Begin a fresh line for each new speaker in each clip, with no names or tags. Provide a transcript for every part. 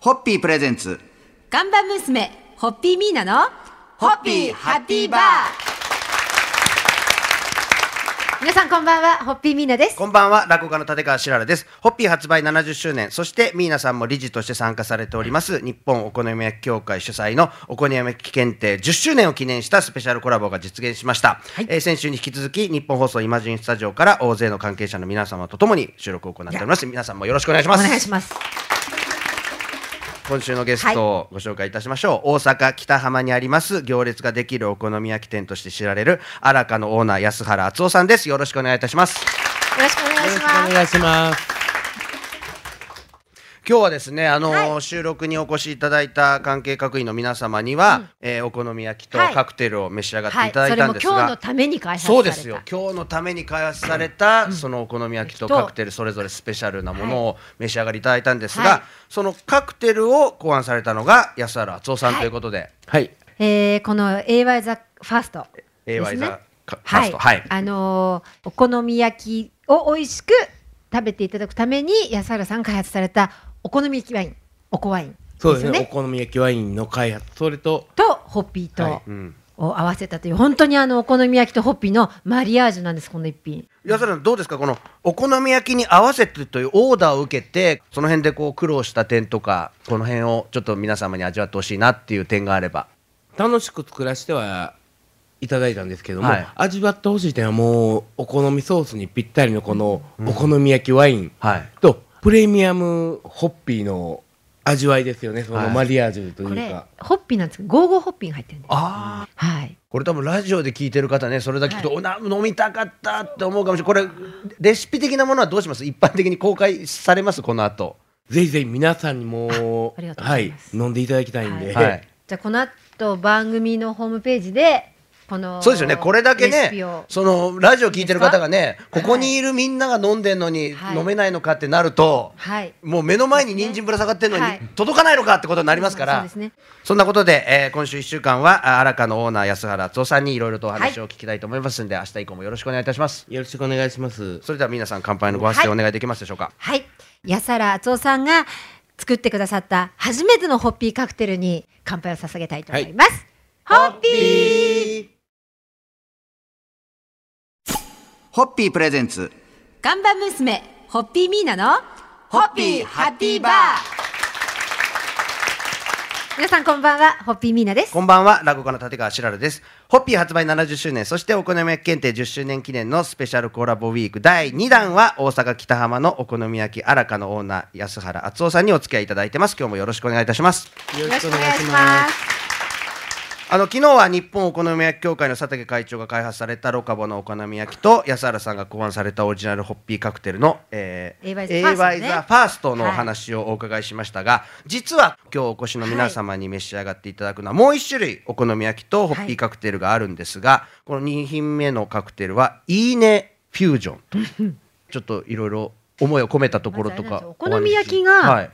ホッピープレゼンツ。
ガンバ娘、ホッピーミーナの、
ホッピーハッピーバー
皆さんこんばんは、ホッピーミーナです。
こんばんは、落語家の立川しららです。ホッピー発売70周年、そしてミーナさんも理事として参加されております、日本お好み焼き協会主催のお好み焼き検定10周年を記念したスペシャルコラボが実現しました。えー先週に引き続き、日本放送イマジンスタジオから大勢の関係者の皆様とともに収録を行っております。皆さんもよろしくお願いし
お
ます。
願いします。
今週のゲストをご紹介いたしましょう、大阪北浜にあります行列ができるお好み焼き店として知られる荒川のオーナー安原敦夫さんですよろしくお願いいたします
よろしくお願いします。
お願いします。
今日はですね、あのー
は
収録にお越しいただいた関係各位の皆様には、えーお好み焼きと
はい
カクテルを召し上がって
はい
いただ
そ
い
れ
た
も
んですが、
今日のために開発され
そう
た。
ですよ今日のために開発された、そのお好み焼きとカクテルそれぞれスペシャルなものを召し上がりいただいたんですが、
はい
そのカクテルを考案されたのが安原敦夫さんということで、
はい。
えーこの AY ザファーストです
AY
ね。
ザファーストはい
あのーお好み焼きを美味しく食べていただくために安原さんが開発されたお好み焼きワイン、おこワイン
そうですね。
です
お
よね
好み焼きワインの開発、それと、
とホッピーと。
はい
うん
を合わせたという本当にあのお好み焼きとホッピーのマリアージュなんですこの一品
安原さんどうですかこのお好み焼きに合わせてというオーダーを受けてその辺でこう苦労した点とかこの辺をちょっと皆様に味わってほしいなっていう点があれば
楽しく作らせてはいただいたんですけども、
はい
味わってほしい点はもう、お好みソースにぴったりのこの、お好み焼きワイン
はい
と、プレミアムホッピーの味わいですよね。その
はい
マリアージュと
こ
いう
れ
か。
ホッピーなんですけどゴーゴーホッピーが入ってるんです
ああ
はい
これ多分ラジオで聞いてる方ねそれだけ聞くと、おな飲みたかったって思うかもしれないこれレシピ的なものはどうします一般的に公開されますこの後
ぜひぜひ皆さんにも
あありがとうご
は
ざい
い
ます、
飲んでいただきたいんで、
はいはい
じゃあこの後番組のホームページでこの
そうですよねこれだけ
レシピ
ね
を
そのラジオ聞いてる方がねここにいるみんなが飲んでんのに、
はい
飲めないのかってなると、
はい
もう目の前に人参ぶら下がってるのに、
はい
届かないのかってことになりますから、
そうですね
そんなことで、えー今週1週間はあ荒川のオーナー安原敦夫さんにいろいろとお話を聞きたいと思いますんで、明日以降もよろしくお願いいたします
よろしくお願いします。
それでは皆さん乾杯のご発声
は
お
い
願いできますでしょうか、
はい安原敦夫さんが作ってくださった初めてのホッピーカクテルに乾杯を捧げたいと思います、ホッピー
ホッピープレゼンツ。
ガンバ娘ホッピーミーナの
ホッピーハッピーバー
皆さんこんばんはホッピーミーナです
こんばんは、落語家の立川しらるです。ホッピー発売70周年、そしてお好み焼き検定10周年記念のスペシャルコラボウィーク第2弾は、大阪北浜のお好み焼き荒川のオーナー、安原敦夫さんにお付き合いいただいてます。今日もよろしくお願いいたします。
よ
よろしくお願いします
あの昨日は日本お好み焼き協会の佐竹会長が開発されたロカボのお好み焼きと安原さんが考案されたオリジナルホッピーカクテルの、え
AY ザファーストね
AY ザファーストのお話をお伺いしましたが、実は今日お越しの皆様に召し上がっていただくのはもう一種類お好み焼きとホッピーカクテルがあるんですが、この2品目のカクテルはいいねフュージョンと ちょっといろいろ思いを込めたところと
まずあれなんです
か
よお好み焼きが
はい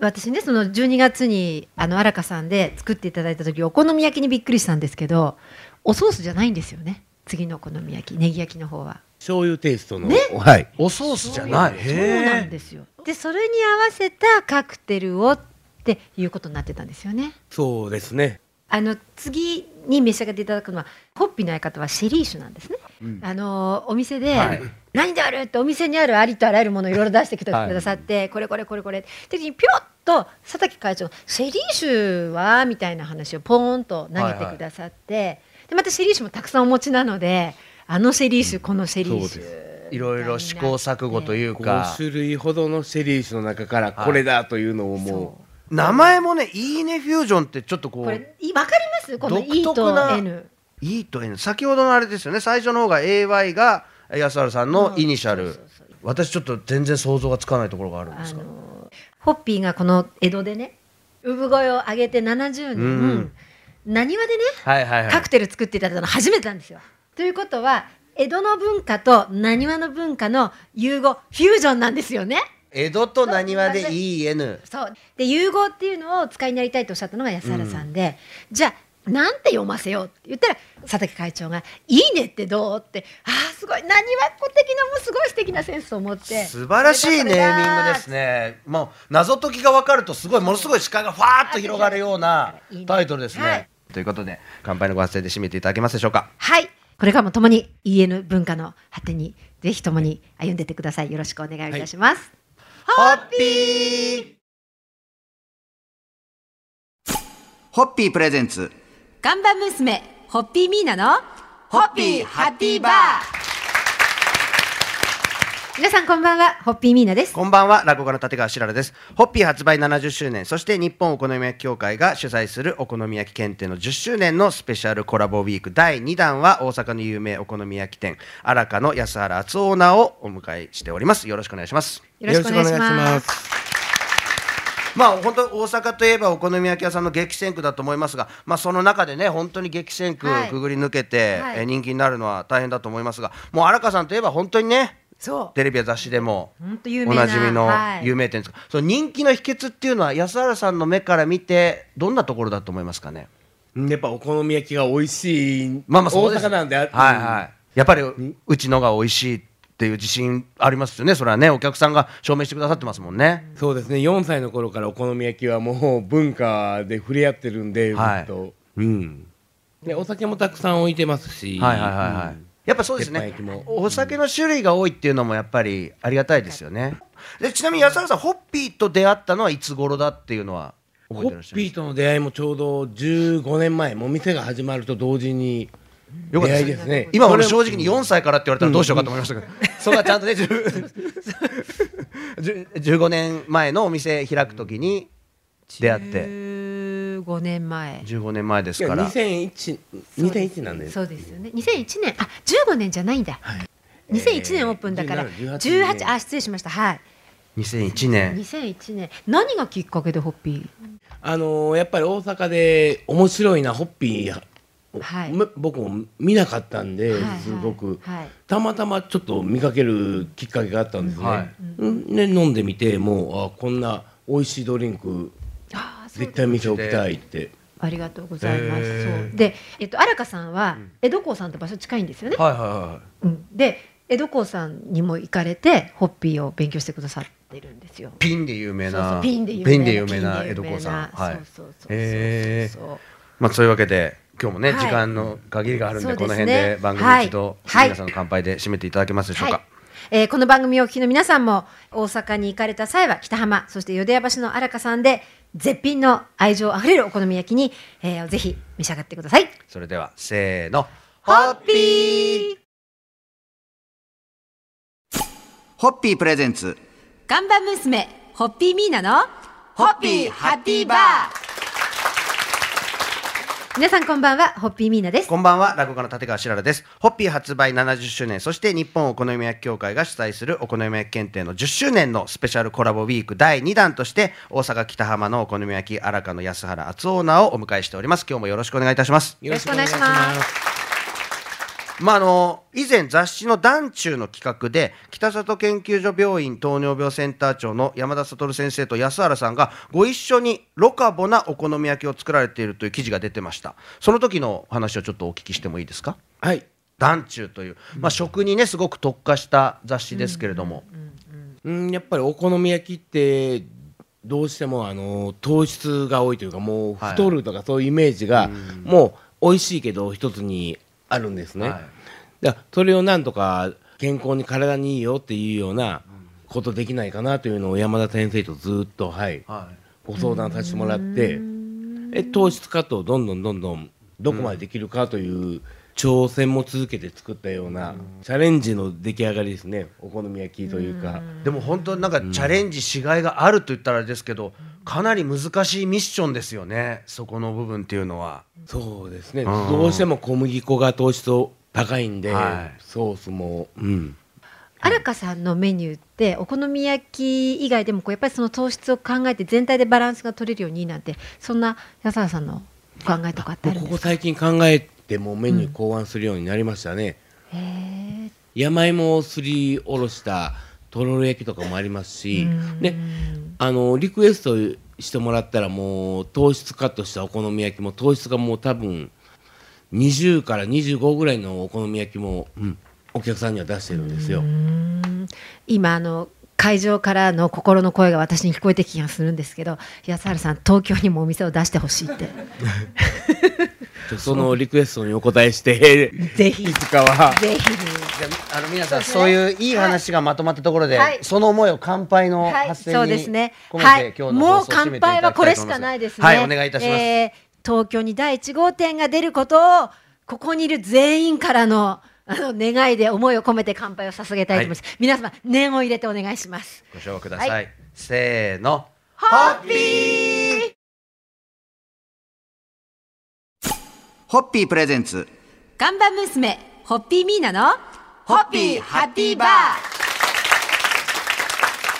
私ねその12月にあの荒川さんで作っていただいた時お好み焼きにびっくりしたんですけどおソースじゃないんですよね次のお好み焼きネギ焼きの方は
醤油テイストの、はい。
おソースじゃない
そうなんですよでそれに合わせたカクテルをっていうことになってたんですよね
そうですね。
あの次に召し上がっていただくのはホッピーの相方はシェリー酒なんですね、あのお店で、
はい
何であるってお店にあるありとあらゆるものをいろいろ出してきてく
はい
ださって、これこれこれこれって時にピョッと佐竹会長が「シェリー酒は?」みたいな話をポーンと投げてくださって、でまたシェリー酒もたくさんお持ちなのであのシェリー酒このシェリー
そうで
酒
いろいろ試行錯誤というか
5種類ほどのシェリー酒の中からこれだというのをも
そう
名前もね「いいねフュージョン」ってちょっとこ
こ
う
れいわかりますこの E
独特な
と N
「いい」と「N」先ほどのあれですよね最初の方が AY が安原さんのイニシャ
うん
ル
そうそうそう
私ちょっと全然想像がつかないところがあるんで
あ
すか
のホッピーがこの江戸でね産声を上げて70年
ん
なにわでね
はいはいは
カ
い
クテル作っていただいたの初めてなんですよ。ということは江戸の文化となにわの文化の融合フュージョンなんですよね。
江戸となにわで「いい N
そうで融合っていうのをお使いになりたいとおっしゃったのが安原さんで、じゃあなんて読ませようって言ったら佐竹会長が「いいねってどう?」って「ああすごい何はっ子的なもうすごい素敵なセンスと思って
素晴らしいネーミングです
ね
ねもう謎解きが分かるとすごいものすごい視界がファーッと広がるようない
いね
タイトルですね、
はい
ということで乾杯のご発声で締めていただけますでしょうか
はいこれからもともに EN 文化の果てにぜひともに歩んでってくださいよろしくお願いいたします、
ホッピー
ホッピープレゼンツ
ガンバ娘ホッピーミーナの
ホッピーハッピーバー
皆さんこんばんはホッピーミーナです
こんばんは、落語家の立川しららです。ホッピー発売70周年、そして日本お好み焼き協会が主催するお好み焼き検定の10周年のスペシャルコラボウィーク第2弾は大阪の有名お好み焼き店、荒川の安原厚オーナーをお迎えしております。よろしくお願いします。
よろしくお願いします
す。
まあ本当大阪といえばお好み焼き屋さんの激戦区だと思いますが、まあその中でね本当に激戦区
はい
くぐり抜けて、
はい
えー人気になるのは大変だと思いますが、もう荒川さんといえば本当にね
そう
テレビや雑誌でも
ほんと有
お
名な
なじみの
はい
有名店ですか、その人気の秘訣っていうのは安原さんの目から見てどんなところだと思いますかね
やっぱお好み焼きが美味しい。
まあまあそう
大
です
阪なんで。
はいはいやっぱりうちのが美味しいっていう自信ありますよねそれはねお客さんが証明してくださってますもんね、
そうですね4歳の頃からお好み焼きはもう文化で触れ合ってるんで、
はい
ずっとうんでお酒もたくさん置いてますし
はいはいはいはい、やっぱそうですね
鉄板焼き
お酒の種類が多いっていうのもやっぱりありがたいですよねでちなみに安原さんホッピーと出会ったのはいつ頃だっていうのは覚え
ホ
てらっし
ッ
ゃい
ピーとの出会いもちょうど15年前もう店が始まると同時に出
よかった
会い
で
ですすね
今俺
これ
正直に4歳からって言われたらどうしようかと思いましたけど、それはちゃんとね10 15年前のお店開くときに出会って
15年前
15年前です
いや
から
2001 2001なんです
そうですよね2001年あ15年じゃないんだ、2001年オープンだから、
えー
18
18
あ失礼しましたはい
2001年
2001年何がきっかけでホッピ
あのーやっぱり大阪で面白いなホッピーを、
はい
む僕も見なかったんで、
はいはい
すごく、
はい
たまたまちょっと見かけるきっかけがあったんですね、
はい
うんで飲んでみてもうあこんな美味しいドリンク
ーああそう
絶対見ておきたいって
ありがとうございます、
へー
そうで、えっと、荒香さんは江戸港さんと場所近いんですよね、
はいはいは
うん、で江戸港さんにも行かれてホッピーを勉強してくださってるんですよ
いピンで有名
そうそ
な
うピンで有名な
ピンで有名な江戸子さん
ピンで有名な
はい
そうそうそうそう
へー
そう
まあそういうわけで今日もね
はい
時間の限りがあるん
そ
で
う
こ
です
の
ね
辺で番組一度
はい
皆さんの乾杯で締めていただけますでしょう
はい
か
えーこの番組をお聞きの皆さんも大阪に行かれた際は北浜そして淀屋橋の荒香さんで絶品の愛情あふれるお好み焼きに、えーぜひ召し上がってください
それではせーの
ホッピー
ホッピープレゼンツ
看板娘ホッピーミーナの
ホッピーハッピーバー
皆さんこんばんはホッピーミーナです
こんばんは、落語家の立川しららです。ホッピー発売70周年、そして日本お好み焼き協会が主催するお好み焼き検定の10周年のスペシャルコラボウィーク第2弾として、大阪北浜のお好み焼き荒川の安原厚オーナーをお迎えしております。今日もよろしくお願いいたします。
よろしくお願いします
まあ、あの、以前雑誌の団中の企画で、北里研究所病院糖尿病センター長の山田悟先生と安原さんがご一緒にロカボなお好み焼きを作られているという記事が出てました。その時の話をちょっとお聞きしてもいいですか
はい
団中という、まあ、食にねすごく特化した雑誌ですけれども、
うんやっぱりお好み焼きってどうしてもあの糖質が多いというかもう
はい
太るとかそういうイメージが、もう美味しいけど一つにあるんですね、
はい
だからそれをなんとか健康に体にいいよっていうようなことできないかなというのを山田先生とずっとはいご相談させてもらってえ糖質カットをどんどんどんどんどこまでできるかという挑戦も続けて作ったようなチャレンジの出来上がりですねお好み焼きというか。
でも本当なんかチャレンジしがいがあると言ったらあれですけどかなり難しいミッションですよねそこの部分っていうのは。
そうですね、
ん
どうしても小麦粉が糖質高いんで、
はい
ソースも、うん、
荒香さんのメニューってお好み焼き以外でもこうやっぱりその糖質を考えて全体でバランスが取れるようになんてそんな安原さんのお考えとかってあるん
こ
で
こ
すか
最近考えてもメニュー考案するようになりましたね、
へー
山芋をすりおろしたとろろ焼きとかもありますし、であのリクエストしてもらったらもう糖質カットしたお好み焼きも糖質がもう多分20から25ぐらいのお好み焼きも、うんお客さんには出してるんですよ。
今あの会場からの心の声が私に聞こえてきた気がするんですけど安原さん東京にもお店を出してほしいって
そのリクエストにお答えして、
ぜひ
いつかは。
ぜひ
じゃああの皆さん
そうですね
そういういい話がまとまったところで、
はい
その思いを乾杯の
はい
発声に
そうですね
込めて、今日の
も
放
う
送を締
乾
めてい
杯
ただ
は
き
こ
た
れ
いと
し
思
か
います
ないですね
はいお願いいたします、
えー東京に第1号店が出ることをここにいる全員からのあの願いで思いを込めて乾杯を捧げたいと思います、皆様念を入れてお願いします
ご賞味ください、
は
せーの
ホッピー
ホッピープレゼンツ
看板娘ホッピーミーナの
ホッピーハッピーバー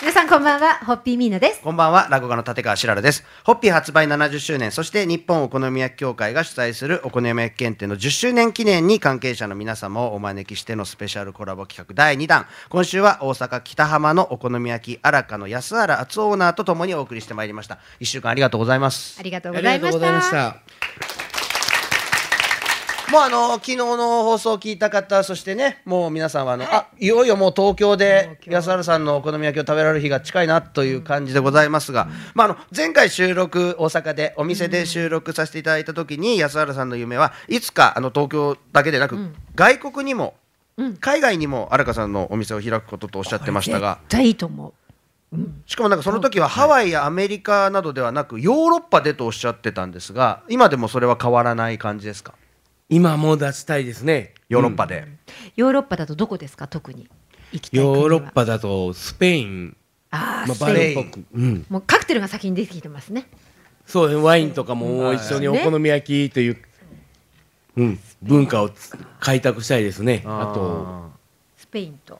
皆さんこんばんはホッピーミーナです
こんばんは、落語家の立川しららです。ホッピー発売70周年、そして日本お好み焼き協会が主催するお好み焼き検定の10周年記念に関係者の皆様をお招きしてのスペシャルコラボ企画第2弾。今週は大阪北浜のお好み焼き荒川の安原厚オーナーと共にお送りしてまいりました。1週間ありがとうございます
あ。りがと
あ
う
り
ござ
が
い
と
ま
うご
し
ざいましたた。
もうあの、昨日の放送を聞いた方、そしてね、もう皆さんはあの、あ、いよいよもう東京で安原さんのお好み焼きを食べられる日が近いなという感じでございますが、まああの、前回収録、大阪で、お店で収録させていただいた時に、安原さんの夢はいつかあの東京だけでなく、外国にも、海外にも荒川さんのお店を開くこととおっしゃってましたが、
絶対いいと思う
しかもなんかその時はハワイやアメリカなどではなく、ヨーロッパでとおっしゃってたんですが、今でもそれは変わらない感じですか
今もう出したいですね。
ヨーロッパで。
ヨーロッパだとどこですか特に行きたい国は
ヨーロッパだとスペイン、
あー
まあ、
ス
バ
ペイン
ルコク、うん、
もうカクテルが先に出てきてますね
そうワインとかも一緒にお好み焼きという、うん、文化をつ開拓したいですね。あと
スペインと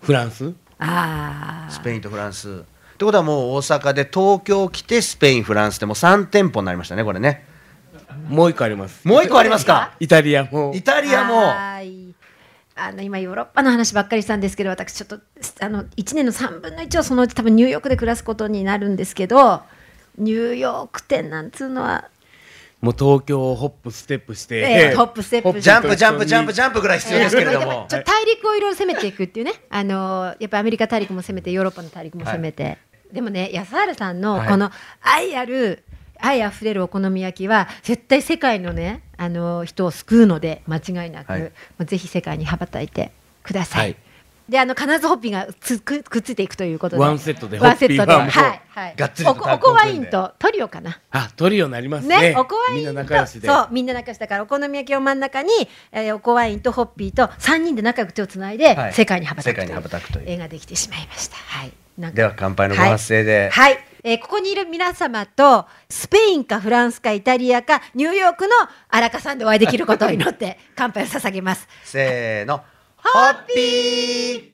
フランス、
ああ
スペインとフランス。ってことはもう大阪で東京来てスペインフランスでもう3店舗になりましたねこれね
もう一個あります。
もう一個ありますか
イタリアも
イタリアも
もあの今ヨーロッパの話ばっかりしたんですけど私ちょっとあの1年の3分の1をそのうち多分ニューヨークで暮らすことになるんですけどニューヨーク店なんつうのは
もう東京をホップステップして、
ええホップステップ
ジャンプジャンプジャンプジャンプぐらい必要ですけれども
ちょっと大陸をいろいろ攻めていくっていうね、あのーやっぱアメリカ大陸も攻めて、ヨーロッパの大陸も攻めて、でもね、安原さんの
はい
この愛ある、愛あふれるお好み焼きは、絶対世界のね、あのー人を救うので、間違いなく、
はい
もうぜひ世界に羽ばたいてください。
はい
であの必ずホッピーがつくくっついていくということで
ワンセットで
ワンセットで
ホッピーはもう
はいはい
がっつりと
おこおこワインとトリオかな
あトリオになりますね。
ね、おこわ
み
い
ん
ん
な
と
仲良しで。
そうみんな仲良しだからお好み焼きを真ん中に、えーおこわいんとホッピーと三人で仲良く手をつないで、
はい
世界に羽ばたくとい
世界
う
に羽ばたくという
絵ができてしまいました。はい。なんか
では乾杯のご発声で
はい、はいえーここにいる皆様とスペインかフランスかイタリアかニューヨークの荒川さ んでお会いできることを祈って乾杯を捧げます。
せーの
ホッ
ピー